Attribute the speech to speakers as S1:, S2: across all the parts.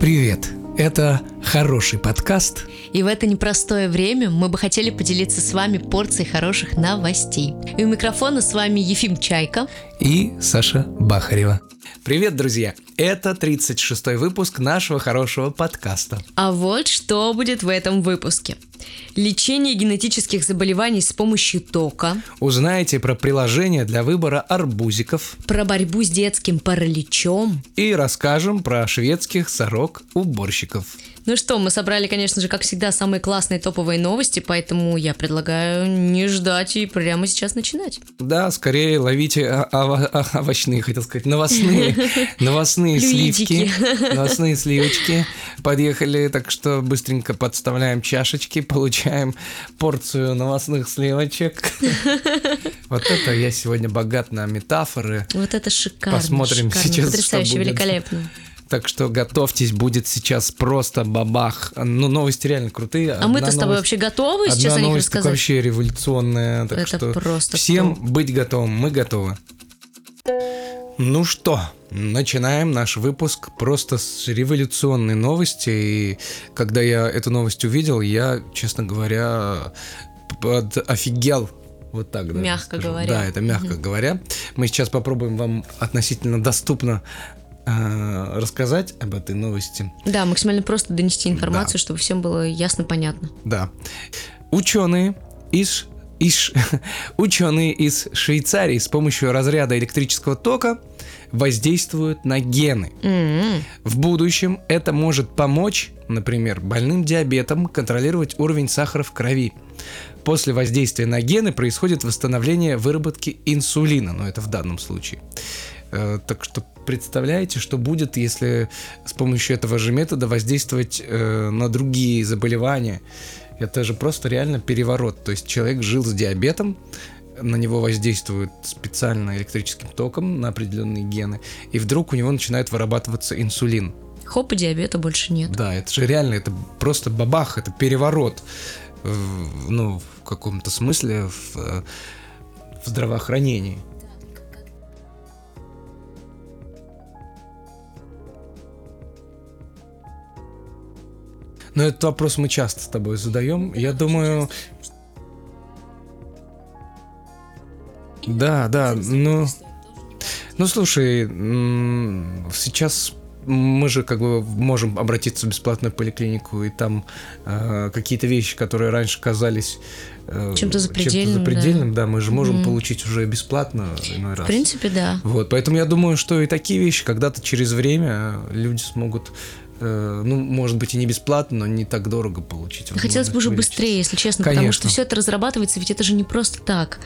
S1: Привет! Это хороший подкаст.
S2: И в это непростое время мы бы хотели поделиться с вами порцией хороших новостей. И у микрофона с вами Ефим Чайка.
S1: И Саша Бахарева. Привет, друзья! Это 36-й выпуск нашего хорошего подкаста.
S2: А вот что будет в этом выпуске. Лечение генетических заболеваний с помощью тока,
S1: Узнаете про приложение для выбора арбузиков
S2: про борьбу с детским параличом.
S1: и расскажем про шведских сорок-уборщиков.
S2: Ну что, мы собрали, конечно же, как всегда, самые классные топовые новости, поэтому я предлагаю не ждать и прямо сейчас начинать.
S1: Да, скорее ловите о- ово- о- овощные, хотел сказать, новостные, новостные сливки,
S2: Блинчики.
S1: новостные сливочки. Подъехали, так что быстренько подставляем чашечки, получаем порцию новостных сливочек. Вот это я сегодня богат на метафоры.
S2: Вот это шикарно.
S1: Посмотрим
S2: шикарно,
S1: сейчас, что
S2: Потрясающе,
S1: будет.
S2: великолепно.
S1: Так что готовьтесь, будет сейчас просто бабах. Ну, новости реально крутые.
S2: А мы-то
S1: Одна
S2: с тобой
S1: новость-
S2: вообще готовы сейчас
S1: одна
S2: о них
S1: новость так
S2: рассказать?
S1: вообще революционная. Так
S2: Это
S1: что
S2: просто
S1: всем быть готовым, мы готовы. Ну что, начинаем наш выпуск просто с революционной новости. И когда я эту новость увидел, я, честно говоря, под офигел. Вот так, даже
S2: Мягко
S1: скажу.
S2: говоря.
S1: Да, это мягко говоря. Мы сейчас попробуем вам относительно доступно э, рассказать об этой новости.
S2: Да, максимально просто донести информацию, чтобы всем было ясно, понятно.
S1: Да. Ученые из из- ученые из Швейцарии с помощью разряда электрического тока воздействуют на гены.
S2: М-м.
S1: В будущем это может помочь, например, больным диабетом контролировать уровень сахара в крови. После воздействия на гены происходит восстановление выработки инсулина, но это в данном случае. Э, Так что представляете, что будет, если с помощью этого же метода воздействовать э, на другие заболевания? Это же просто реально переворот. То есть человек жил с диабетом, на него воздействуют специально электрическим током на определенные гены, и вдруг у него начинает вырабатываться инсулин.
S2: Хоп, и диабета больше нет.
S1: Да, это же реально, это просто бабах, это переворот. э, в- Ну, в каком-то смысле в, э, в здравоохранении. Но этот вопрос мы часто с тобой задаем. Я думаю... Да, да, ну... Ну, слушай, м, сейчас мы же как бы можем обратиться в бесплатную поликлинику, и там э, какие-то вещи, которые раньше казались э,
S2: Чем-то запредельным, да.
S1: запредельным, да. мы же можем
S2: Мгм.
S1: получить уже бесплатно иной
S2: В
S1: раз.
S2: принципе, да.
S1: Вот, поэтому я думаю, что и такие вещи когда-то через время э, люди смогут, э, ну, может быть, и не бесплатно, но не так дорого получить.
S2: Хотелось бы уже
S1: возможность вылечиться.
S2: быстрее, если честно, потому
S1: Конечно.
S2: что все это разрабатывается, ведь это же не просто так.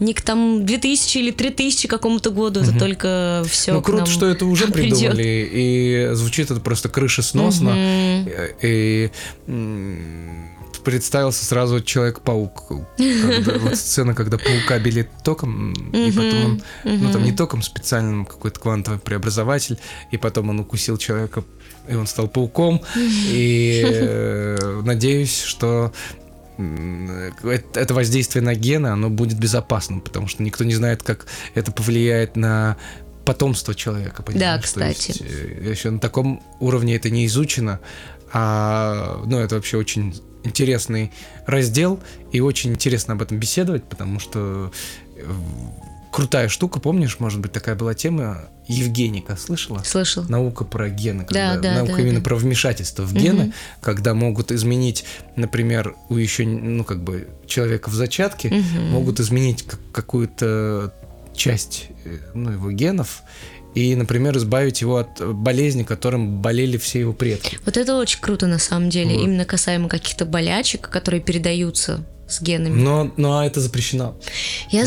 S2: Не к там 2000 или 3000 какому-то году, это
S1: Мгм.
S2: только все
S1: Ну, круто, что это уже
S2: придет.
S1: придумали, и звучит это просто крышесносно. Э, И м, представился сразу Человек-паук. Когда- Вот сцена, когда паука били током, и потом он, ну там не током, специальным какой-то квантовый преобразователь, и потом он укусил человека, и он стал пауком. И э, надеюсь, что м, это это воздействие на гены, оно будет безопасным, потому что никто не знает, как это повлияет на потомство человека. понимаешь? То
S2: кстати.
S1: есть, э, еще на таком уровне это не изучено, а, ну, это вообще очень интересный раздел, и очень интересно об этом беседовать, потому что э, крутая штука, помнишь, может быть, такая была тема Евгеника, слышала?
S2: Слышал.
S1: Наука про гены,
S2: Да,
S1: когда,
S2: да,
S1: наука
S2: да,
S1: именно
S2: да.
S1: про вмешательство в гены,
S2: Мгм.
S1: когда могут изменить, например, у еще, ну, как бы, человека в зачатке,
S2: Мгм.
S1: могут изменить как- какую-то часть, э, ну, его генов, и, например, избавить его от э, болезни, которым болели все его предки.
S2: Вот это очень круто на самом деле,
S1: Вот.
S2: именно касаемо каких-то болячек, которые передаются с генами.
S1: Но, но это запрещено.
S2: Я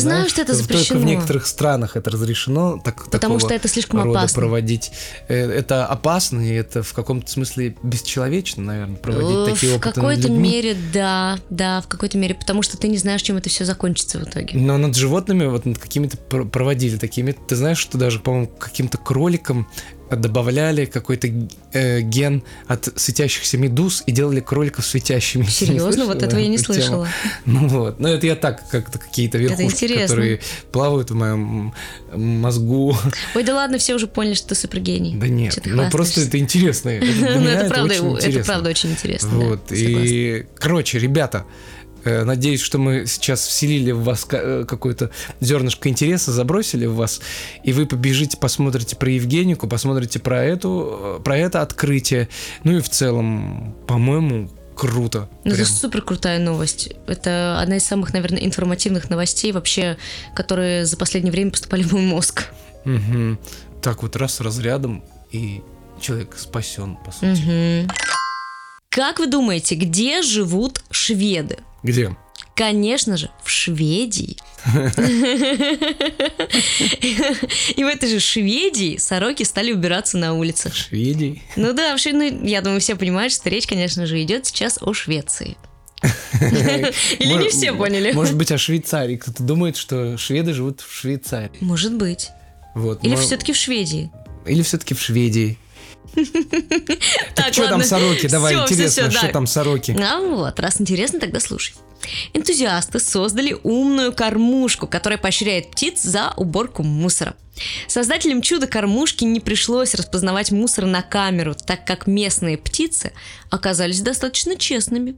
S1: Ну,
S2: знаю,
S1: Знаешь,
S2: что это
S1: в-
S2: запрещено.
S1: Только в некоторых странах это разрешено. Так,
S2: Потому
S1: такого
S2: что это слишком
S1: рода
S2: опасно.
S1: проводить. Э, Это опасно, и это в каком-то смысле бесчеловечно, наверное, проводить
S2: Э,
S1: такие
S2: в
S1: опыты над
S2: какой-то
S1: людьми.
S2: мере, да, да, в какой-то мере, потому что ты не знаешь, чем это все закончится в итоге.
S1: Но над животными, вот над какими-то пр- проводили такими. Ты знаешь, что даже, по-моему, каким-то кроликам добавляли какой-то э, ген от светящихся медуз и делали кроликов светящими.
S2: Серьезно, вот
S1: слышала
S2: этого я не
S1: эту тему?
S2: слышала.
S1: Ну вот, ну это я так как-то какие-то верхушки,
S2: интересно.
S1: которые плавают в моем мозгу.
S2: Ой, да ладно, все уже поняли, что ты супергений.
S1: Да нет,
S2: Чё ты
S1: ну просто
S2: хвастаешься?
S1: это интересно. Это для
S2: Ну,
S1: меня
S2: это правда,
S1: очень
S2: это
S1: интересно.
S2: правда очень интересно. да,
S1: Вот,
S2: согласна.
S1: и, короче, ребята, э, Надеюсь, что мы сейчас вселили в вас ка- э, какое-то зернышко интереса, забросили в вас, и вы побежите, посмотрите про Евгенику, посмотрите про эту, э, про это открытие. Ну и в целом, по-моему, круто.
S2: Ну, это
S1: Прям.
S2: супер крутая новость. Это одна из самых, наверное, информативных новостей вообще, которые за последнее время поступали в мой мозг.
S1: Мгм. Так вот раз разрядом и человек спасен по сути.
S2: Мгм. Как вы думаете, где живут шведы?
S1: Где?
S2: Конечно же, в Шведии. И в этой же Шведии сороки стали убираться на улицах.
S1: В Шведии.
S2: Ну да, вообще, ну, я думаю, все понимают, что речь, конечно же, идет сейчас о Швеции. Или не
S1: Мож-
S2: все поняли.
S1: Может быть, о Швейцарии. Кто-то думает, что шведы живут в Швейцарии.
S2: Может быть.
S1: Вот.
S2: Или
S1: но-
S2: все-таки в Шведии.
S1: Или все-таки в Шведии.
S2: Так,
S1: Что там
S2: ладно.
S1: сороки? Давай,
S2: Всё, всё,
S1: интересно,
S2: всё,
S1: что
S2: да.
S1: там сороки.
S2: А вот, раз интересно, тогда слушай. Энтузиасты создали умную кормушку, которая поощряет птиц за уборку мусора. Создателям чудо-кормушки не пришлось распознавать мусор на камеру, так как местные птицы оказались достаточно честными.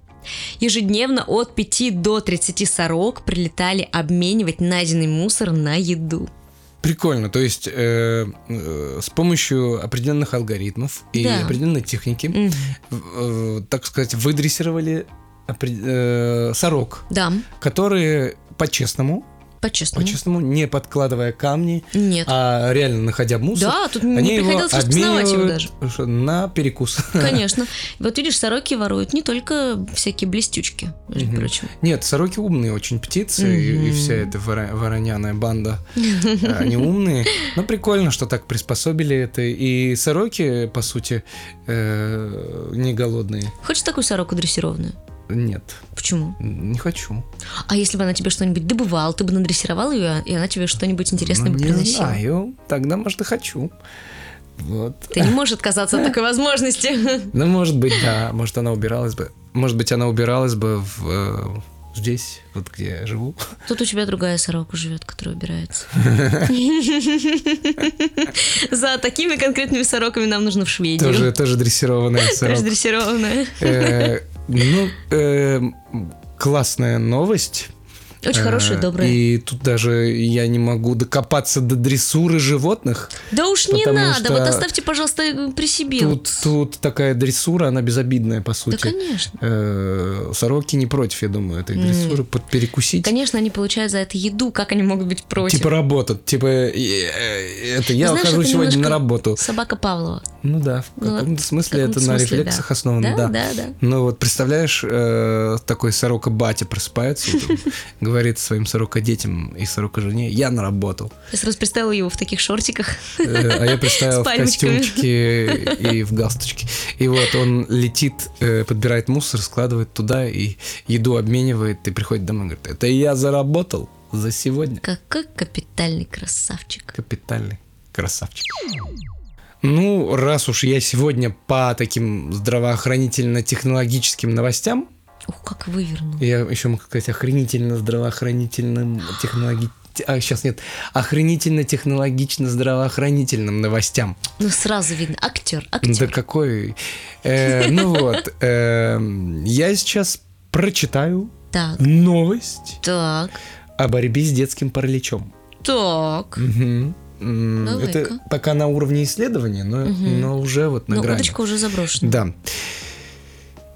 S2: Ежедневно от 5 до 30 сорок прилетали обменивать найденный мусор на еду.
S1: Прикольно. То есть э, э, с помощью определенных алгоритмов и
S2: Да.
S1: определенной техники,
S2: Мгм.
S1: в- э, так сказать, выдрессировали опре- э, сорок,
S2: Да,
S1: которые по-честному,
S2: по-честному.
S1: по-честному, не подкладывая камни,
S2: Нет.
S1: а реально находя мусор,
S2: да, тут
S1: они
S2: не
S1: его
S2: приходилось распознавать его даже.
S1: обменивают на перекус.
S2: Конечно. Вот видишь, сороки воруют не только всякие блестючки, между
S1: Мгм.
S2: прочим.
S1: Нет, сороки умные очень птицы и, и
S2: Мгм.
S1: вся эта воро- вороняная банда. А, Они умные. Но прикольно, что так приспособили это. И сороки, по сути, э, не голодные.
S2: Хочешь такую сороку дрессированную?
S1: Нет,
S2: Почему?
S1: не хочу.
S2: А если бы она тебе что-нибудь добывала, ты бы надрессировал ее, и она тебе что-нибудь интересное
S1: Ну,
S2: бы
S1: не
S2: приносила?
S1: знаю. Тогда, может, и хочу. Вот.
S2: Ты не можешь отказаться от такой возможности.
S1: Ну, может быть, да. Может, она убиралась бы. Может быть, она убиралась бы в, э, здесь, вот где я живу.
S2: Тут у тебя другая сорока живет, которая убирается. За такими конкретными сороками нам нужно в
S1: Тоже,
S2: Шведию.
S1: тоже дрессированная
S2: Тоже
S1: сорока.
S2: дрессированная.
S1: Э, Ну, э, классная новость.
S2: Очень
S1: Э,
S2: хорошая, добрая.
S1: И тут даже я не могу докопаться до дрессуры животных.
S2: Да уж не
S1: потому
S2: надо,
S1: что
S2: вот оставьте, пожалуйста, при себе.
S1: Тут, тут такая дрессура, она безобидная, по
S2: Да,
S1: сути.
S2: конечно.
S1: Э, Сороки не против, я думаю, этой
S2: М.
S1: дрессуры. под- Перекусить.
S2: Конечно, они получают за это еду, как они могут быть против? Ну,
S1: Типа работать, типа э, э, это я
S2: знаешь,
S1: ухожу
S2: это
S1: сегодня на
S2: немножко-
S1: работу.
S2: Собака Павлова.
S1: Ну да, в
S2: Ну,
S1: каком-то смысле
S2: каком-то
S1: это на
S2: смысле,
S1: рефлексах
S2: да.
S1: основано, да.
S2: да, да.
S1: Ну вот представляешь, э, такой сорока батя просыпается, утром, говорит своим сорока детям и сорока жене, я наработал.
S2: Я сразу представила его в таких шортиках.
S1: Э, А я представил в
S2: С пальмочками.
S1: костюмчике и в галстучке. И вот он летит, э, подбирает мусор, складывает туда и еду обменивает и приходит домой и говорит, это я заработал за сегодня.
S2: Какой капитальный красавчик.
S1: Капитальный красавчик. Ну, раз уж я сегодня по таким здравоохранительно-технологическим новостям,
S2: Ух, как вывернул.
S1: я еще могу сказать охренительно здравоохранительным технологи... А, сейчас нет. Охренительно-технологично здравоохранительным новостям.
S2: Ну, сразу видно. Актер,
S1: Да
S2: актер.
S1: какой? Э, ну вот, эм, я сейчас прочитаю
S2: Так,
S1: новость
S2: так,
S1: о борьбе с детским параличом.
S2: так.
S1: Мгм. М, Это
S2: Давай-ка.
S1: пока на уровне исследования, но,
S2: Мгм.
S1: но уже вот на
S2: Но
S1: грани.
S2: Ну, удочка уже заброшена.
S1: Да.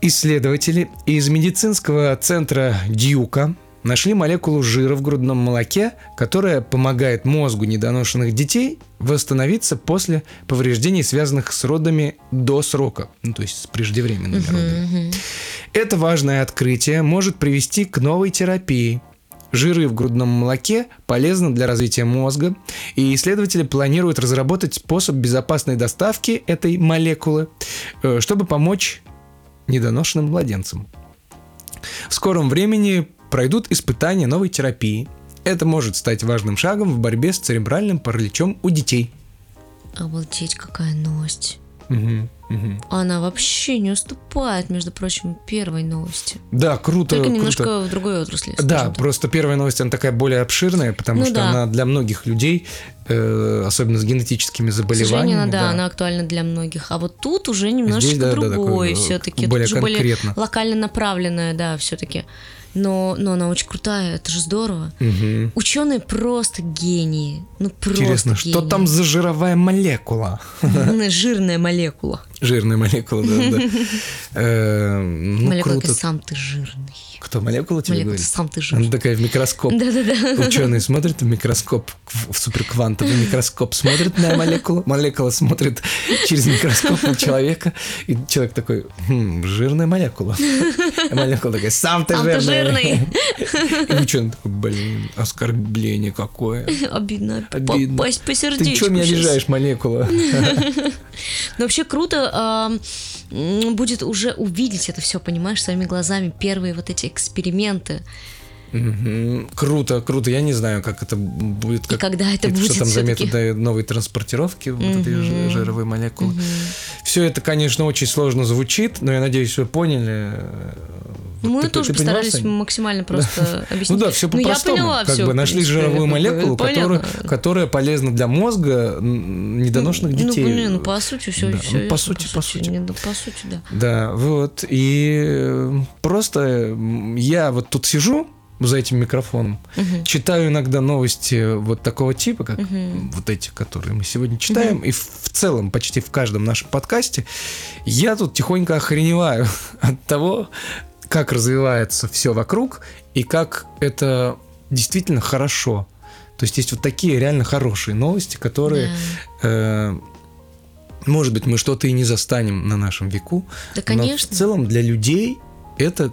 S1: Исследователи из медицинского центра Дьюка нашли молекулу жира в грудном молоке, которая помогает мозгу недоношенных детей восстановиться после повреждений, связанных с родами до срока, ну, то есть с преждевременными родами.
S2: Мгм, мгм.
S1: Это важное открытие может привести к новой терапии. Жиры в грудном молоке полезны для развития мозга, и исследователи планируют разработать способ безопасной доставки этой молекулы, э, чтобы помочь недоношенным младенцам. В скором времени пройдут испытания новой терапии. Это может стать важным шагом в борьбе с церебральным параличом у детей.
S2: Обалдеть, какая новость.
S1: Мгм, мгм.
S2: Она вообще не уступает, между прочим, первой новости.
S1: Да, круто,
S2: Только
S1: круто.
S2: немножко в другой отрасли.
S1: Да,
S2: скажем так.
S1: просто первая новость, она такая более обширная, потому
S2: Ну
S1: что
S2: да.
S1: она для многих людей, э, особенно с генетическими
S2: К
S1: заболеваниями.
S2: сожалению, она, да,
S1: да.
S2: она актуальна для многих. А вот тут уже немножечко
S1: Здесь, да, да, такой,
S2: другой
S1: э,
S2: все-таки.
S1: более
S2: тут же более
S1: конкретно.
S2: локально направленная, да, все-таки. Но, но она очень крутая, это же здорово.
S1: Мгм.
S2: Ученые просто гении. Ну просто
S1: Интересно, что
S2: гении.
S1: там за жировая молекула?
S2: Жирная молекула.
S1: Жирная молекула, да, да. Э, Ну,
S2: молекула,
S1: круто.
S2: говорит, сам ты жирный.
S1: Кто, молекула тебе
S2: Молекула,
S1: говорит?
S2: сам ты
S1: Она
S2: жирный.
S1: такая в микроскоп.
S2: Да-да-да.
S1: Ученые смотрят в микроскоп, в в суперквантовый микроскоп, смотрят на молекулу, молекула смотрит через микроскоп на человека, и человек такой, «Хм, жирная молекула. А молекула такая, сам ты
S2: Сам ты
S1: жирный.
S2: жирный.
S1: И ученый такой, блин, оскорбление какое.
S2: Обидно.
S1: Обидно.
S2: Попасть по сердечку.
S1: Ты что меня
S2: сейчас.
S1: обижаешь, молекула?
S2: Но вообще круто а, м, будет уже увидеть это все, понимаешь, своими глазами. Первые вот эти эксперименты.
S1: Мгм. Круто, круто. Я не знаю, как это будет. Как,
S2: когда это будет
S1: Что там за
S2: всё-таки.
S1: методы новой транспортировки вот этой ж- жировой молекулы.
S2: Мгм.
S1: Все это, конечно, очень сложно звучит, но я надеюсь, вы поняли. э,
S2: Ну, мы
S1: ты-
S2: тоже
S1: ты поняла,
S2: постарались
S1: Сань?
S2: максимально просто
S1: Ну
S2: объяснить.
S1: да, все
S2: я
S1: по-простому.
S2: поняла
S1: как
S2: всё,
S1: бы
S2: в
S1: нашли
S2: принципе,
S1: жировую
S2: как бы,
S1: молекулу, которая,
S2: понятно.
S1: которая полезна для мозга м, недоношенных детей.
S2: Ну, блин, ну, по сути, все,
S1: Да,
S2: все.
S1: ну, по сути, по сути.
S2: по сути, да.
S1: Да, вот. И э, просто м, я вот тут сижу за этим микрофоном,
S2: Мгм.
S1: читаю иногда новости вот такого типа, как
S2: Мгм.
S1: вот эти, которые мы сегодня читаем, и в, в целом почти в каждом нашем подкасте, я тут тихонько охреневаю от того, как развивается все вокруг и как это действительно хорошо. То есть есть вот такие реально хорошие новости, которые, э, может быть, мы что-то и не застанем на нашем веку,
S2: Да, Да,
S1: но в
S2: конечно.
S1: целом для людей это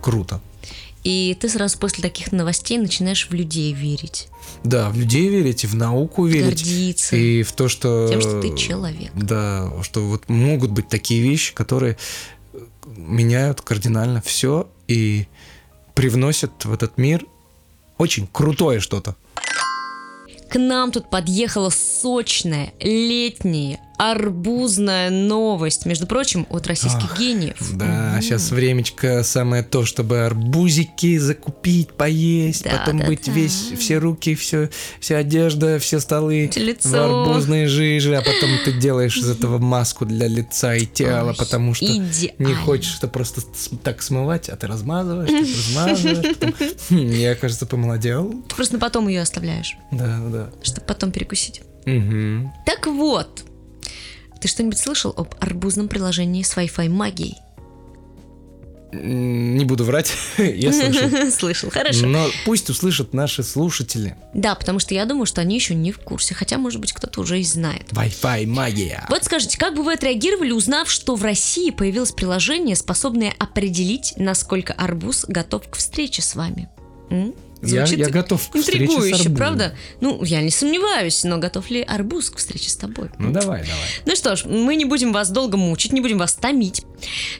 S1: круто.
S2: И ты сразу после таких новостей начинаешь в людей верить,
S1: Да, в людей верить, и в науку верить.
S2: гордиться
S1: И в то, что...
S2: тем, что ты человек.
S1: Да, что вот могут быть такие вещи, которые э, меняют кардинально все и привносят в этот мир очень крутое что-то.
S2: К нам тут подъехала сочная, летняя, арбузная новость, между прочим, от российских
S1: Ах,
S2: гениев.
S1: Да,
S2: М.
S1: сейчас времечко самое то, чтобы арбузики закупить, поесть,
S2: Да,
S1: потом
S2: да,
S1: быть
S2: да.
S1: весь, все руки, все, вся одежда, все столы в
S2: Лицо.
S1: арбузной жиже, а потом ты делаешь из этого маску для лица и тела,
S2: Ой,
S1: потому что
S2: идеально.
S1: Не хочешь это просто с- так смывать, а ты размазываешь, ты размазываешь. потом, «Хм, я, кажется, помолодел.
S2: Ты просто потом ее оставляешь,
S1: Да, да.
S2: чтобы потом перекусить.
S1: Мгм.
S2: Так вот, ты что-нибудь слышал об арбузном приложении с Wi-Fi магией?
S1: М, Не буду врать, я слышал.
S2: Слышал, хорошо.
S1: Но пусть услышат наши слушатели.
S2: Да, потому что я думаю, что они еще не в курсе, хотя, может быть, кто-то уже и знает.
S1: Wi-Fi магия.
S2: Вот скажите, как бы вы отреагировали, узнав, что в России появилось приложение, способное определить, насколько арбуз готов к встрече с вами? М?
S1: Я,
S2: Звучит
S1: я готов к встрече с
S2: интригующе,
S1: арбузом.
S2: правда? Ну, я не сомневаюсь, но готов ли арбуз к встрече с тобой?
S1: Ну давай, давай.
S2: Ну что ж, мы не будем вас долго мучить, не будем вас томить.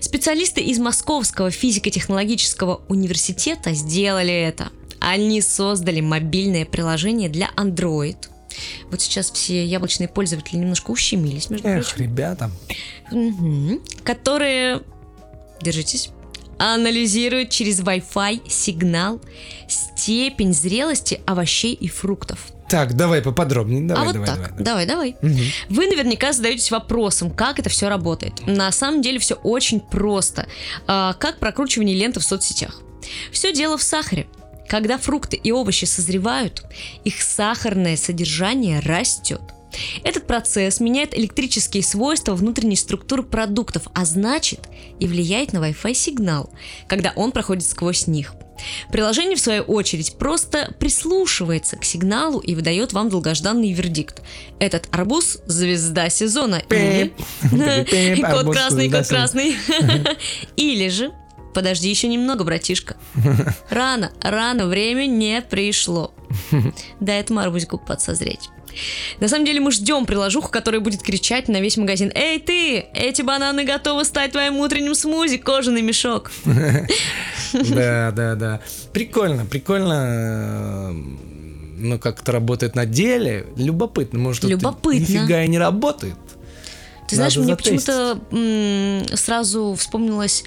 S2: Специалисты из Московского физико-технологического университета сделали это. Они создали мобильное приложение для Android. Вот сейчас все яблочные пользователи немножко ущемились, между прочим.
S1: Эх, ребята.
S2: Мгм. которые, держитесь, анализируют через Wi-Fi сигнал степень зрелости овощей и фруктов.
S1: Так, давай поподробнее. Давай,
S2: а вот
S1: давай,
S2: так,
S1: давай, давай.
S2: давай, давай.
S1: Мгм.
S2: Вы наверняка задаетесь вопросом, как это все работает. На самом деле все очень просто. А, как прокручивание ленты в соцсетях. Все дело в сахаре. Когда фрукты и овощи созревают, их сахарное содержание растет. Этот процесс меняет электрические свойства внутренней структуры продуктов, а значит и влияет на Wi-Fi сигнал, когда он проходит сквозь них. Приложение, в свою очередь, просто прислушивается к сигналу и выдает вам долгожданный вердикт. Этот арбуз – звезда сезона. Или...
S1: Пип. Такой пип, а
S2: Кот
S1: арбуз
S2: красный, кот
S1: туда-сюда.
S2: красный. Или же, подожди еще немного, братишка. Рано, рано, время не пришло. Дай этому арбузику подсозреть. На самом деле мы ждем приложуху, которая будет кричать на весь магазин «Эй ты! Эти бананы готовы стать твоим утренним смузи, кожаный мешок!»
S1: Да, да, да. Прикольно, прикольно. Эм, ну, как это работает на деле, любопытно. Может, это
S2: Любопытно.
S1: нифига и не работает.
S2: Ты знаешь,
S1: Надо
S2: мне
S1: затестить.
S2: почему-то м, сразу вспомнилась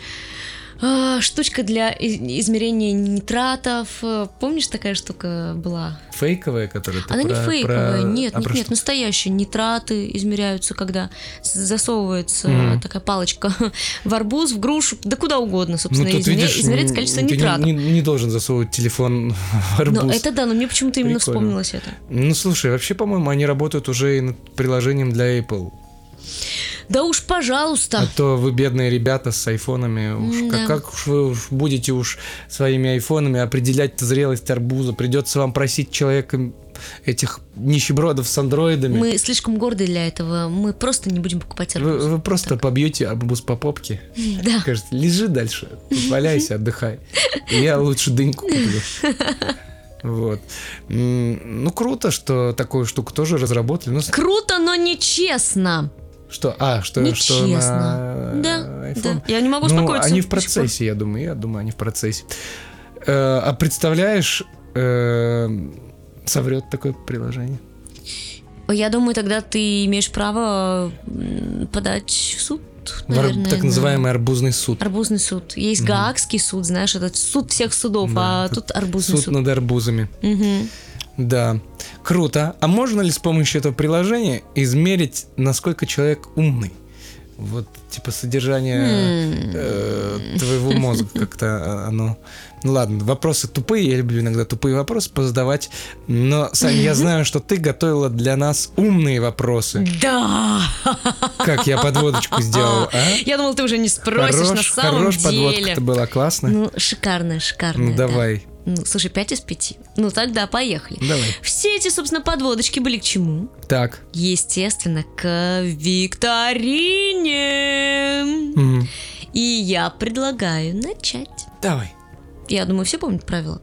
S2: а, штучка для и- измерения нитратов. Э, Помнишь, такая штука была?
S1: Фейковая, которая ты
S2: Она не
S1: про-
S2: фейковая,
S1: про-
S2: нет,
S1: а
S2: нет,
S1: про
S2: нет,
S1: что?
S2: настоящая. Нитраты измеряются, когда с- засовывается
S1: Мгм.
S2: такая палочка в арбуз, в грушу, да куда угодно, собственно,
S1: Ну, тут,
S2: измеря-
S1: видишь,
S2: измеряется количество
S1: ты не-
S2: нитратов.
S1: Не, не должен засовывать телефон в арбуз.
S2: Но Ну, это да, но мне почему-то именно
S1: Прикольно.
S2: вспомнилось это.
S1: Ну, слушай, вообще, по-моему, они работают уже и над приложением для Apple.
S2: Да уж,
S1: А
S2: пожалуйста.
S1: то вы, бедные ребята с айфонами, уж
S2: М,
S1: как,
S2: да.
S1: как уж вы уж будете уж своими айфонами определять зрелость арбуза? Придется вам просить человека этих нищебродов с андроидами.
S2: Мы слишком горды для этого. Мы просто не будем покупать
S1: Вы,
S2: арбуз.
S1: вы просто побьете арбуз по попке.
S2: Да.
S1: Скажете, лежи дальше, тут валяйся, отдыхай. Я лучше дыньку куплю. Вот. М, Ну, круто, что такую штуку тоже разработали. Ну, с-
S2: Круто, но нечестно.
S1: что, а, что, что
S2: Нечестно.
S1: на
S2: Ну, Да,
S1: Э, iPhone.
S2: да. Я не могу
S1: Ну,
S2: успокоиться.
S1: они в
S2: до сих пор.
S1: процессе, я думаю. Я думаю, они в процессе. Э, а представляешь, э, соврет такое приложение?
S2: Я думаю, тогда ты имеешь право м, подать в суд,
S1: В ар-
S2: наверное.
S1: так
S2: на
S1: называемый арбузный суд.
S2: Арбузный суд. Есть Гаагский суд, знаешь, это суд всех судов,
S1: Да,
S2: а
S1: тут
S2: тут арбузный
S1: Суд
S2: суд.
S1: над арбузами.
S2: Мгм.
S1: Да, круто. А можно ли с помощью этого приложения измерить, насколько человек умный? Вот, типа, содержание
S2: М.
S1: э, твоего мозга как-то э, оно... Ну ладно, вопросы тупые, я люблю иногда тупые вопросы позадавать, но, Сань, я знаю, что ты готовила для нас умные вопросы.
S2: Да!
S1: Как я подводочку сделал, а?
S2: Я думал, ты уже не спросишь на
S1: Хорош,
S2: самом
S1: хорош
S2: деле.
S1: подводка-то была, классно.
S2: Ну, шикарная, шикарная.
S1: Ну
S2: да.
S1: давай,
S2: Ну, слушай, 5 из 5. Ну, тогда поехали.
S1: давай.
S2: Все эти, собственно, подводочки были к чему?
S1: Так.
S2: Естественно, к викторине.
S1: Мгм.
S2: И я предлагаю начать.
S1: Давай.
S2: Я думаю, все помнят правила.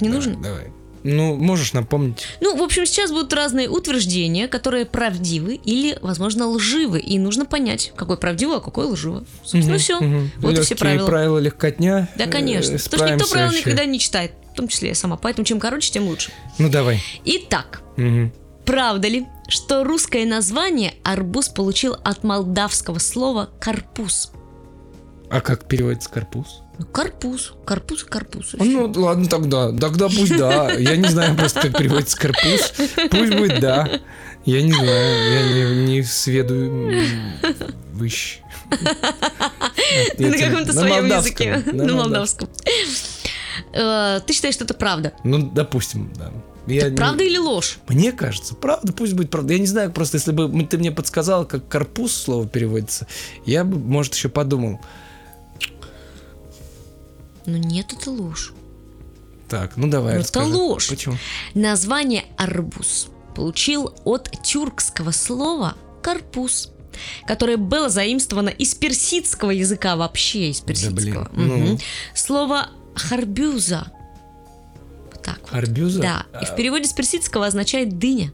S1: Давай,
S2: не
S1: давай,
S2: нужно.
S1: Давай. Ну, можешь напомнить.
S2: Ну, в общем, сейчас будут разные утверждения, которые правдивы или, возможно, лживы. И нужно понять, какой правдивый, а какой лживый. Собственно,
S1: Мгм,
S2: все.
S1: мгм.
S2: Вот и все
S1: Легкие
S2: правила.
S1: правила легкотня.
S2: Да,
S1: Э,
S2: конечно. Потому что никто
S1: справимся
S2: правила
S1: вообще.
S2: никогда не читает. В том числе я сама. Поэтому чем короче, тем лучше.
S1: Ну давай.
S2: Итак,
S1: Мгм.
S2: правда ли, что русское название арбуз получил от молдавского слова «карпуз»?
S1: А как переводится карпуз?
S2: Ну, Карпуз, карпуз, и карпуз. и всё.
S1: Ну ладно тогда, тогда пусть да. Я не знаю просто как переводится карпуз. Пусть будет да. Я не знаю, я не, не сведую выщ.
S2: Ты на каком-то своем языке. На
S1: молдавском.
S2: молдавском. Э, Ты считаешь, что это правда?
S1: Ну, допустим, да. Я
S2: Так
S1: не-
S2: правда или ложь?
S1: Мне кажется, правда, пусть будет правда. Я не знаю, просто если бы м- ты мне подсказал, как карпуз слово переводится, я бы, может, еще подумал.
S2: Ну нет, это ложь.
S1: Так, ну давай.
S2: Ну, это
S1: расскажи.
S2: ложь.
S1: Почему?
S2: Название арбуз получил от тюркского слова «карпуз», которое было заимствовано из персидского языка вообще, из персидского.
S1: блин, ну.
S2: Мгм. Слово «харбюза». Вот так вот.
S1: Арбюза?
S2: Да, и в
S1: А,
S2: переводе с персидского означает «дыня».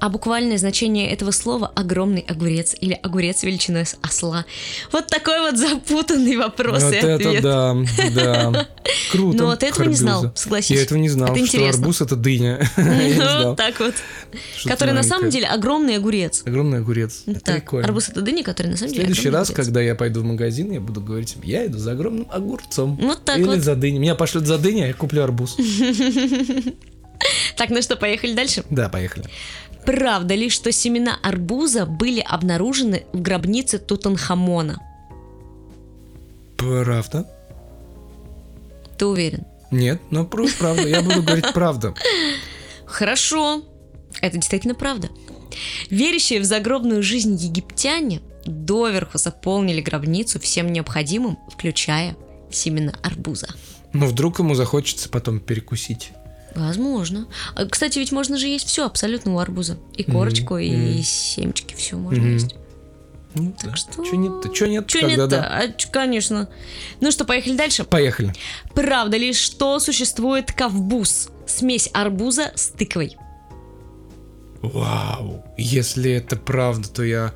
S2: А буквальное значение этого слова – огромный огурец или огурец величиной с осла. Вот такой вот запутанный вопрос
S1: вот
S2: и
S1: это
S2: ответ.
S1: да, да. Круто.
S2: Но вот этого не знал,
S1: арбюза.
S2: согласись.
S1: Я этого не знал,
S2: Это
S1: что
S2: интересно.
S1: арбуз это дыня. Я не знал,
S2: Вот Ну, так вот.
S1: что это
S2: Который на самом
S1: маленькое.
S2: деле огромный огурец.
S1: Огромный огурец.
S2: Ну Так,
S1: Прикольно.
S2: арбуз это дыня, который на
S1: В
S2: самом деле
S1: следующий
S2: огромный
S1: раз,
S2: огурец.
S1: когда я пойду в магазин, я буду говорить, я иду за огромным огурцом.
S2: Вот Ну так
S1: Или
S2: вот.
S1: за дыней. Меня пошлют за дыней, а я куплю арбуз.
S2: Так, ну что, поехали дальше.
S1: Да, поехали.
S2: Правда ли, что семена арбуза были обнаружены в гробнице Тутанхамона?
S1: Правда?
S2: Ты уверен?
S1: Нет, ну про- правда, я буду говорить правду.
S2: Хорошо. Это действительно правда. Верящие в загробную жизнь египтяне доверху заполнили гробницу всем необходимым, включая семена арбуза.
S1: Но вдруг ему захочется потом перекусить.
S2: Возможно. А, Кстати, ведь можно же есть все абсолютно у арбуза. И
S1: Мгм,
S2: корочку, и
S1: мгм.
S2: семечки, все можно
S1: Мгм.
S2: есть.
S1: Ну,
S2: Так что...
S1: Че нет-то? Че нет?
S2: Че
S1: когда
S2: нет-то?
S1: да.
S2: А, ч- конечно. Ну что, поехали дальше.
S1: Поехали.
S2: Правда ли, что существует ковбуз? Смесь арбуза с тыквой.
S1: Вау. Если это правда, то я...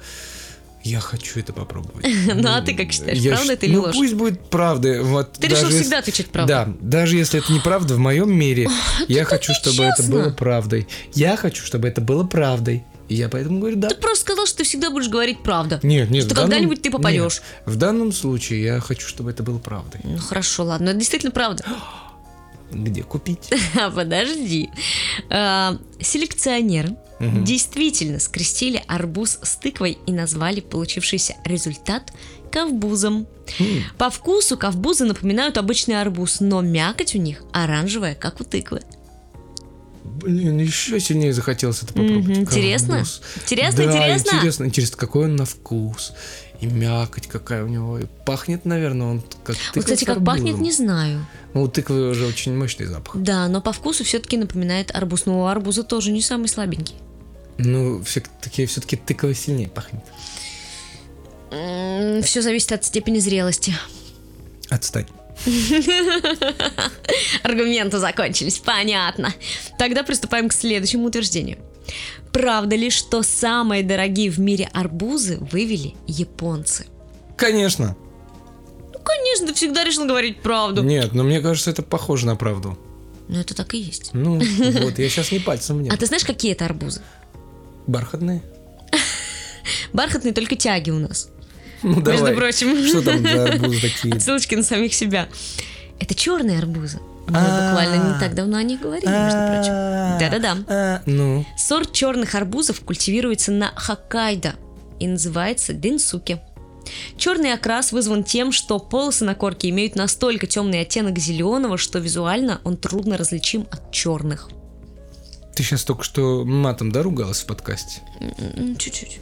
S1: я хочу это попробовать.
S2: Ну, а ты как считаешь,
S1: Я
S2: правда
S1: ш-
S2: это или
S1: ну,
S2: ложь?
S1: пусть будет правда. Вот
S2: Ты
S1: даже
S2: решил
S1: если-
S2: всегда отвечать правду.
S1: Да, даже если это неправда, в моем мире я хочу, чтобы это
S2: нечестно.
S1: было правдой. Я хочу, чтобы это было правдой. И я поэтому говорю, да.
S2: Ты просто сказал, что ты всегда будешь говорить правду.
S1: Нет, нет.
S2: что
S1: в данном-
S2: когда-нибудь ты попадешь.
S1: нет, в данном случае я хочу, чтобы это было правдой.
S2: Ну хорошо, ладно, это действительно правда.
S1: Где купить?
S2: А, Подожди. А, Селекционеры действительно скрестили арбуз с тыквой и назвали получившийся результат ковбузом.
S1: М,
S2: По вкусу ковбузы напоминают обычный арбуз, но мякоть у них оранжевая, как у тыквы.
S1: Блин, еще сильнее захотелось это попробовать.
S2: Мгм, интересно?
S1: Карбуз.
S2: Интересно,
S1: Да,
S2: интересно?
S1: интересно, интересно, какой он на вкус. И мякоть какая у него. И пахнет, наверное, он как
S2: Вот,
S1: тыква
S2: кстати,
S1: с
S2: как пахнет,
S1: арбузом.
S2: не знаю.
S1: Ну, у тыквы уже очень мощный запах.
S2: Да, но по вкусу все-таки напоминает арбуз. Но у арбуза тоже не самый слабенький.
S1: Ну, все-таки, все-таки тыква сильнее пахнет.
S2: Все зависит от степени зрелости.
S1: Отстань.
S2: Аргументы закончились, понятно. Тогда приступаем к следующему утверждению. Правда ли, что самые дорогие в мире арбузы вывели японцы?
S1: Конечно.
S2: Ну, конечно, ты всегда решил говорить правду.
S1: Нет, но мне кажется, это похоже на правду.
S2: Но это так и есть.
S1: Ну, вот, я сейчас не пальцем мне.
S2: А ты знаешь, какие это арбузы?
S1: Бархатные?
S2: Бархатные только тяги у нас.
S1: Ну, давай.
S2: прочим.
S1: Что там за арбузы такие?
S2: Отсылочки на самих себя. Это черные арбузы. Мы
S1: А.
S2: буквально не так давно о них говорили, между прочим.
S1: А,
S2: Да-да-да.
S1: а, Ну,
S2: Сорт черных арбузов культивируется на Хоккайдо и называется динсуки. Черный окрас вызван тем, что полосы на корке имеют настолько темный оттенок зеленого, что визуально он трудно различим от черных.
S1: ты сейчас только что матом, да, ругалась в подкасте?
S2: Чуть-чуть.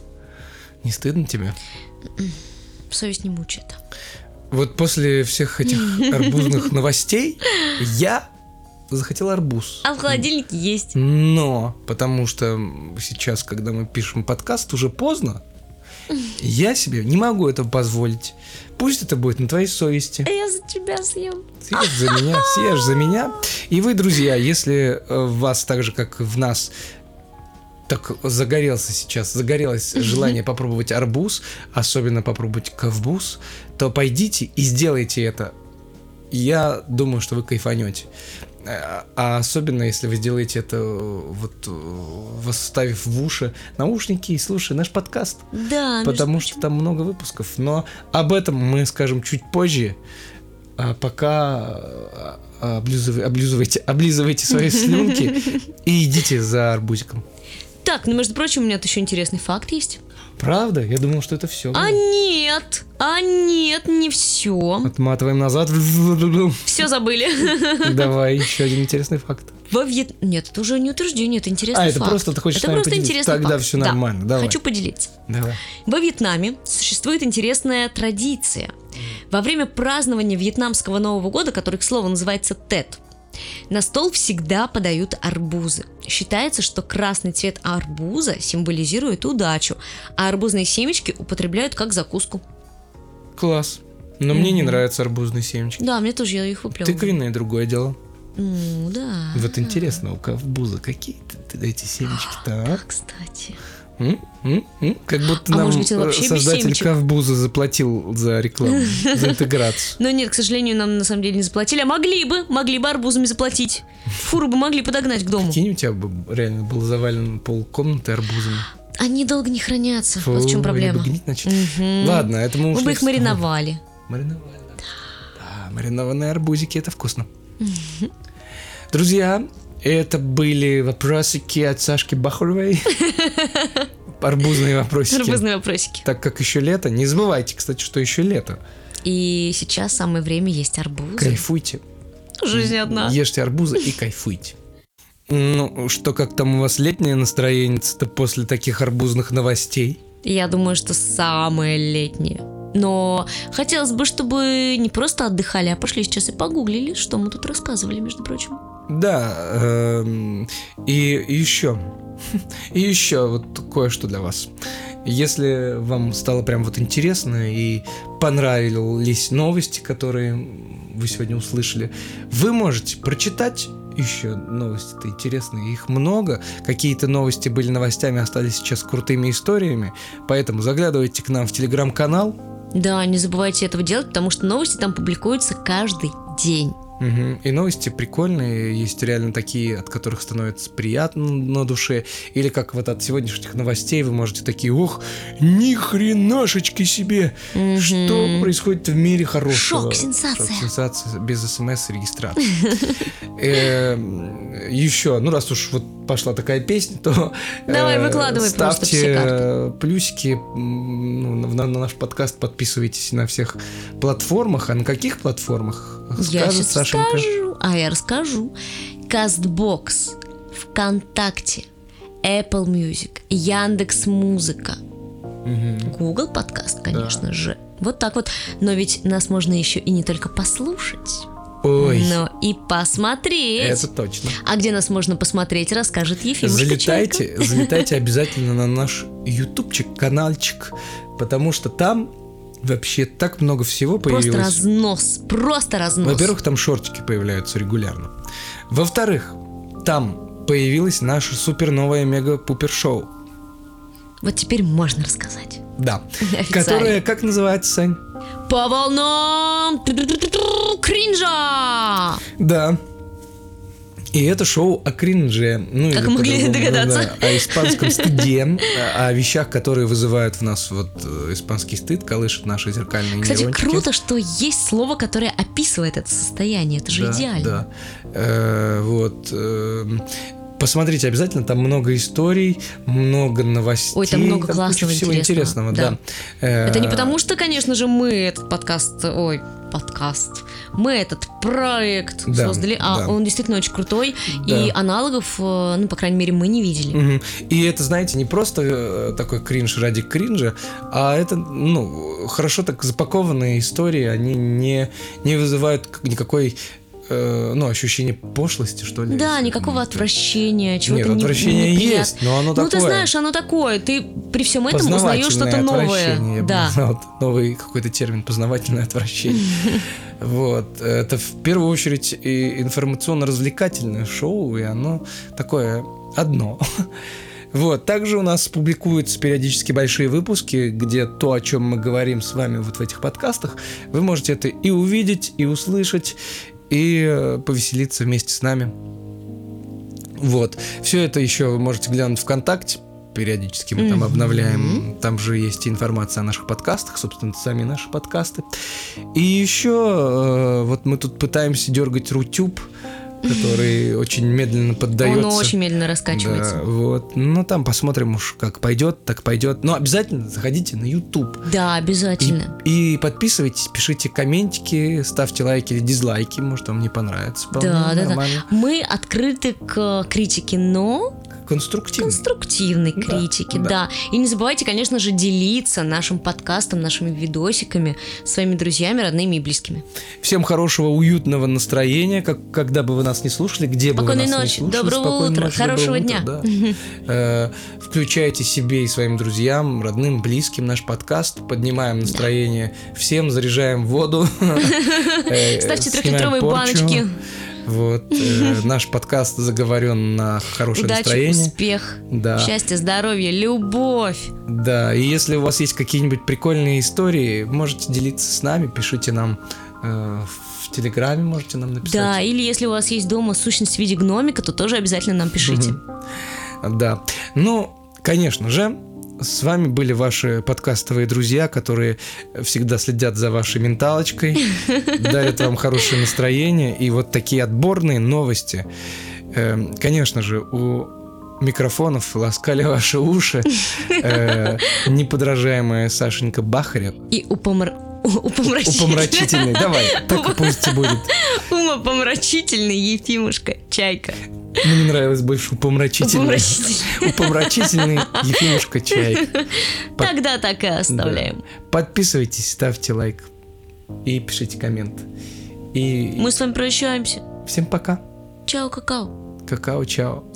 S1: Не стыдно тебе?
S2: Совесть не мучает.
S1: Вот после всех этих арбузных новостей я захотел арбуз.
S2: А в холодильнике есть.
S1: Но, потому что сейчас, когда мы пишем подкаст, уже поздно. Я себе не могу этого позволить. Пусть это будет на твоей совести.
S2: А я за тебя съем.
S1: Съешь за меня, съешь за меня. И вы, друзья, если э, в вас так же, как и в нас, так загорелся сейчас, загорелось желание попробовать арбуз, особенно попробовать ковбуз, то пойдите и сделайте это. Я думаю, что вы кайфанете. А а особенно, если вы сделаете это, э, вот, э, восставив в уши наушники и слушая наш подкаст
S2: Да, ну между
S1: потому
S2: прочим.
S1: что там много выпусков. Но об этом мы скажем чуть позже. А пока э, облизыв- облизывайте, облизывайте свои слюнки и идите за арбузиком.
S2: Так, ну между прочим, у меня тут еще интересный факт есть.
S1: Правда? Я думал, что это все.
S2: А нет! А нет, не
S1: А
S2: все.
S1: Отматываем назад.
S2: Все забыли.
S1: Давай еще один интересный факт.
S2: Во Вьет... Нет, это уже не утверждение, это интересный
S1: А, это
S2: факт.
S1: просто ты хочешь с
S2: Это
S1: нами
S2: просто
S1: поделиться?
S2: интересный
S1: Тогда
S2: факт.
S1: всё
S2: Да.
S1: нормально, давай.
S2: Хочу поделиться.
S1: Давай.
S2: Во Вьетнаме существует интересная традиция. Во время празднования Вьетнамского Нового года, который, к слову, называется Тет, на стол всегда подают арбузы. Считается, что красный цвет арбуза символизирует удачу, а арбузные семечки употребляют как закуску.
S1: Класс. Но мне не нравятся арбузные семечки.
S2: Да, мне тоже я их выплевываю.
S1: Тыквенное другое дело.
S2: Ну, да.
S1: Вот интересно, у ковбуза какие т- т- эти семечки-то, а?
S2: Да, кстати.
S1: М? М? М? Как будто
S2: А
S1: нам
S2: может быть, он
S1: э,
S2: вообще без
S1: создатель
S2: семечек?
S1: Кавбуза заплатил за рекламу, за интеграцию.
S2: Но нет, к сожалению, нам на самом деле не заплатили. А могли бы, могли бы арбузами заплатить. Фуру бы могли подогнать к дому.
S1: Кинь, у тебя бы реально был завален полкомнаты арбузами.
S2: Они долго не хранятся. вот в чем
S1: Фу,
S2: проблема.
S1: либо гнить начать.
S2: Мгм.
S1: Ладно, это мы
S2: Мы
S1: ушли
S2: бы их
S1: в сторону.
S2: мариновали.
S1: Мариновали. Да, маринованные арбузики, это вкусно. Друзья, это были вопросики от Сашки Бахуровой. Арбузные вопросики.
S2: Арбузные вопросики.
S1: Так как еще лето, не забывайте, кстати, что еще лето.
S2: И сейчас самое время есть арбузы.
S1: Кайфуйте.
S2: Жизнь одна.
S1: Ешьте арбузы и кайфуйте. Ну, что как там у вас летнее настроение то после таких арбузных новостей?
S2: Я думаю, что самое летнее. Но хотелось бы, чтобы не просто отдыхали, а пошли сейчас и погуглили, что мы тут рассказывали, между прочим.
S1: Да, эм, и еще, и еще вот кое-что для вас. Если вам стало прям вот интересно и понравились новости, которые вы сегодня услышали, вы можете прочитать еще новости-то интересные. Их много. Какие-то новости были новостями, остались сейчас крутыми историями. Поэтому заглядывайте к нам в телеграм-канал.
S2: Да, не забывайте этого делать, потому что новости там публикуются каждый день.
S1: Мгм. И новости прикольные, есть реально такие, от которых становится приятно на душе. Или как вот от сегодняшних новостей вы можете такие, ох, ни хренашечки себе,
S2: Мгм.
S1: что происходит в мире хорошего.
S2: Шок, сенсация.
S1: Шок, сенсация без смс-регистрации. Эм, Еще, ну раз уж вот пошла такая песня, то э,
S2: Давай, выкладывай просто все
S1: ставьте э, плюсики м, ну, на, на- на наш подкаст, подписывайтесь на всех платформах. А на каких платформах?
S2: я
S1: Скажет
S2: сейчас
S1: Сашенька.
S2: скажу, а я расскажу. Кастбокс, ВКонтакте, Apple Music, Яндекс Музыка,
S1: Мгм.
S2: Google Подкаст, конечно же. Вот так вот. Но ведь нас можно еще и не только послушать,
S1: Ой,
S2: но и посмотреть.
S1: это точно.
S2: А где нас можно посмотреть, расскажет Ефим. Штученко.
S1: Залетайте, залетайте обязательно на наш ютубчик, каналчик, потому что там вообще так много всего
S2: Просто
S1: появилось.
S2: разнос, просто разнос.
S1: Во-первых, там шортики появляются регулярно. Во-вторых, там появилось наше супер новое мега-пупер шоу.
S2: вот теперь можно рассказать.
S1: Да.
S2: Официально.
S1: Которое, как называется, Сань?
S2: По волнам кринжа!
S1: Да. И это шоу о кринже. Ну,
S2: Как
S1: или
S2: могли
S1: по-другому,
S2: догадаться.
S1: да, о испанском стыде, о о вещах, которые вызывают в нас вот э, испанский стыд, колышет наши зеркальные
S2: Кстати,
S1: нейрончики.
S2: круто, что есть слово, которое описывает это состояние. Это же
S1: Да,
S2: идеально.
S1: Да. Э, вот. эм, Посмотрите обязательно, там много историй, много новостей.
S2: Ой, там много
S1: куча
S2: классного,
S1: всего
S2: интересного,
S1: интересного. да. Э,
S2: Это не потому, что, конечно же, мы этот подкаст, ой, подкаст, мы этот проект
S1: Да,
S2: создали, а
S1: да.
S2: он действительно очень крутой, и
S1: Да.
S2: аналогов, э, ну, по крайней мере, мы не видели.
S1: Мгм. И это, знаете, не просто э, такой кринж ради кринжа, а это, ну, хорошо так запакованные истории, они не, не вызывают к- никакой, э, ну, ощущения пошлости, что ли.
S2: Да,
S1: если-
S2: никакого отвращения, чего-то
S1: Нет,
S2: не-
S1: отвращение
S2: неприят-
S1: есть, но оно
S2: Ну,
S1: такое.
S2: ты знаешь, оно такое. Ты при всем этом узнаешь что-то
S1: Познавательное
S2: новое.
S1: отвращение, я бы
S2: Да.
S1: назвал. Вот новый какой-то термин познавательное отвращение. Вот. Это в первую очередь и информационно-развлекательное шоу, и оно такое одно. Вот. Также у нас публикуются периодически большие выпуски, где то, о чем мы говорим с вами вот в этих подкастах, вы можете это и увидеть, и услышать, и э, повеселиться вместе с нами. Вот. Все это еще вы можете глянуть ВКонтакте. Периодически мы там
S2: Мгм.
S1: обновляем. Там же есть и информация о наших подкастах, собственно, сами наши подкасты. И еще э, вот мы тут пытаемся дергать Рутюб, который очень медленно поддается.
S2: Оно очень медленно раскачивается.
S1: Да, вот. Ну, там посмотрим уж, как пойдет, так пойдет. Но обязательно заходите на YouTube.
S2: Да,
S1: И,
S2: обязательно.
S1: и подписывайтесь, пишите комментики, ставьте лайки или дизлайки, может, вам не понравится. Вполне
S2: Да, да, да.
S1: нормально.
S2: Мы открыты к э, критике, но
S1: Конструктивно.
S2: конструктивной
S1: Да,
S2: критике, да.
S1: да.
S2: И не забывайте, конечно же, делиться нашим подкастом, нашими видосиками с своими друзьями, родными и близкими.
S1: Всем хорошего, уютного настроения, как, когда бы вы нас не слушали, где
S2: Спокойной
S1: бы вы нас
S2: ночи,
S1: не слушали.
S2: доброго
S1: Спокойной
S2: утра,
S1: ночи, доброго
S2: хорошего дня.
S1: утра, да. Э, Включайте себе и своим друзьям, родным, близким наш подкаст, поднимаем настроение всем, заряжаем воду. э,
S2: Ставьте
S1: снимаем
S2: трехлитровые
S1: порчу.
S2: баночки.
S1: Вот, э, наш подкаст заговорен на хорошее
S2: Удачи,
S1: настроение.
S2: успех,
S1: Да.
S2: счастья, здоровья, любовь.
S1: Да, и если у вас есть какие-нибудь прикольные истории, можете делиться с нами, пишите нам э, в Телеграме, можете нам
S2: Да,
S1: написать.
S2: или если у вас есть дома сущность в виде гномика, то тоже обязательно нам пишите.
S1: Да. Ну, конечно же, с вами были ваши подкастовые друзья, которые всегда следят за вашей менталочкой, дарят вам хорошее настроение и вот такие отборные новости. Эм, Конечно же, у микрофонов ласкали ваши уши э, неподражаемая Сашенька Бахарев.
S2: И упомр... у- упомрачительный.
S1: Упомрачительный. Давай, так и пусть и будет.
S2: Умопомрачительный Ефимушка Чайка.
S1: Мне нравилось больше упомрачительный.
S2: Упомрачительный.
S1: Упомрачительный Ефимушка чай. Под-
S2: Тогда так и оставляем.
S1: Подписывайтесь, ставьте лайк и пишите коммент. И
S2: Мы с вами прощаемся.
S1: всем пока.
S2: Чао, какао.
S1: Какао, чао.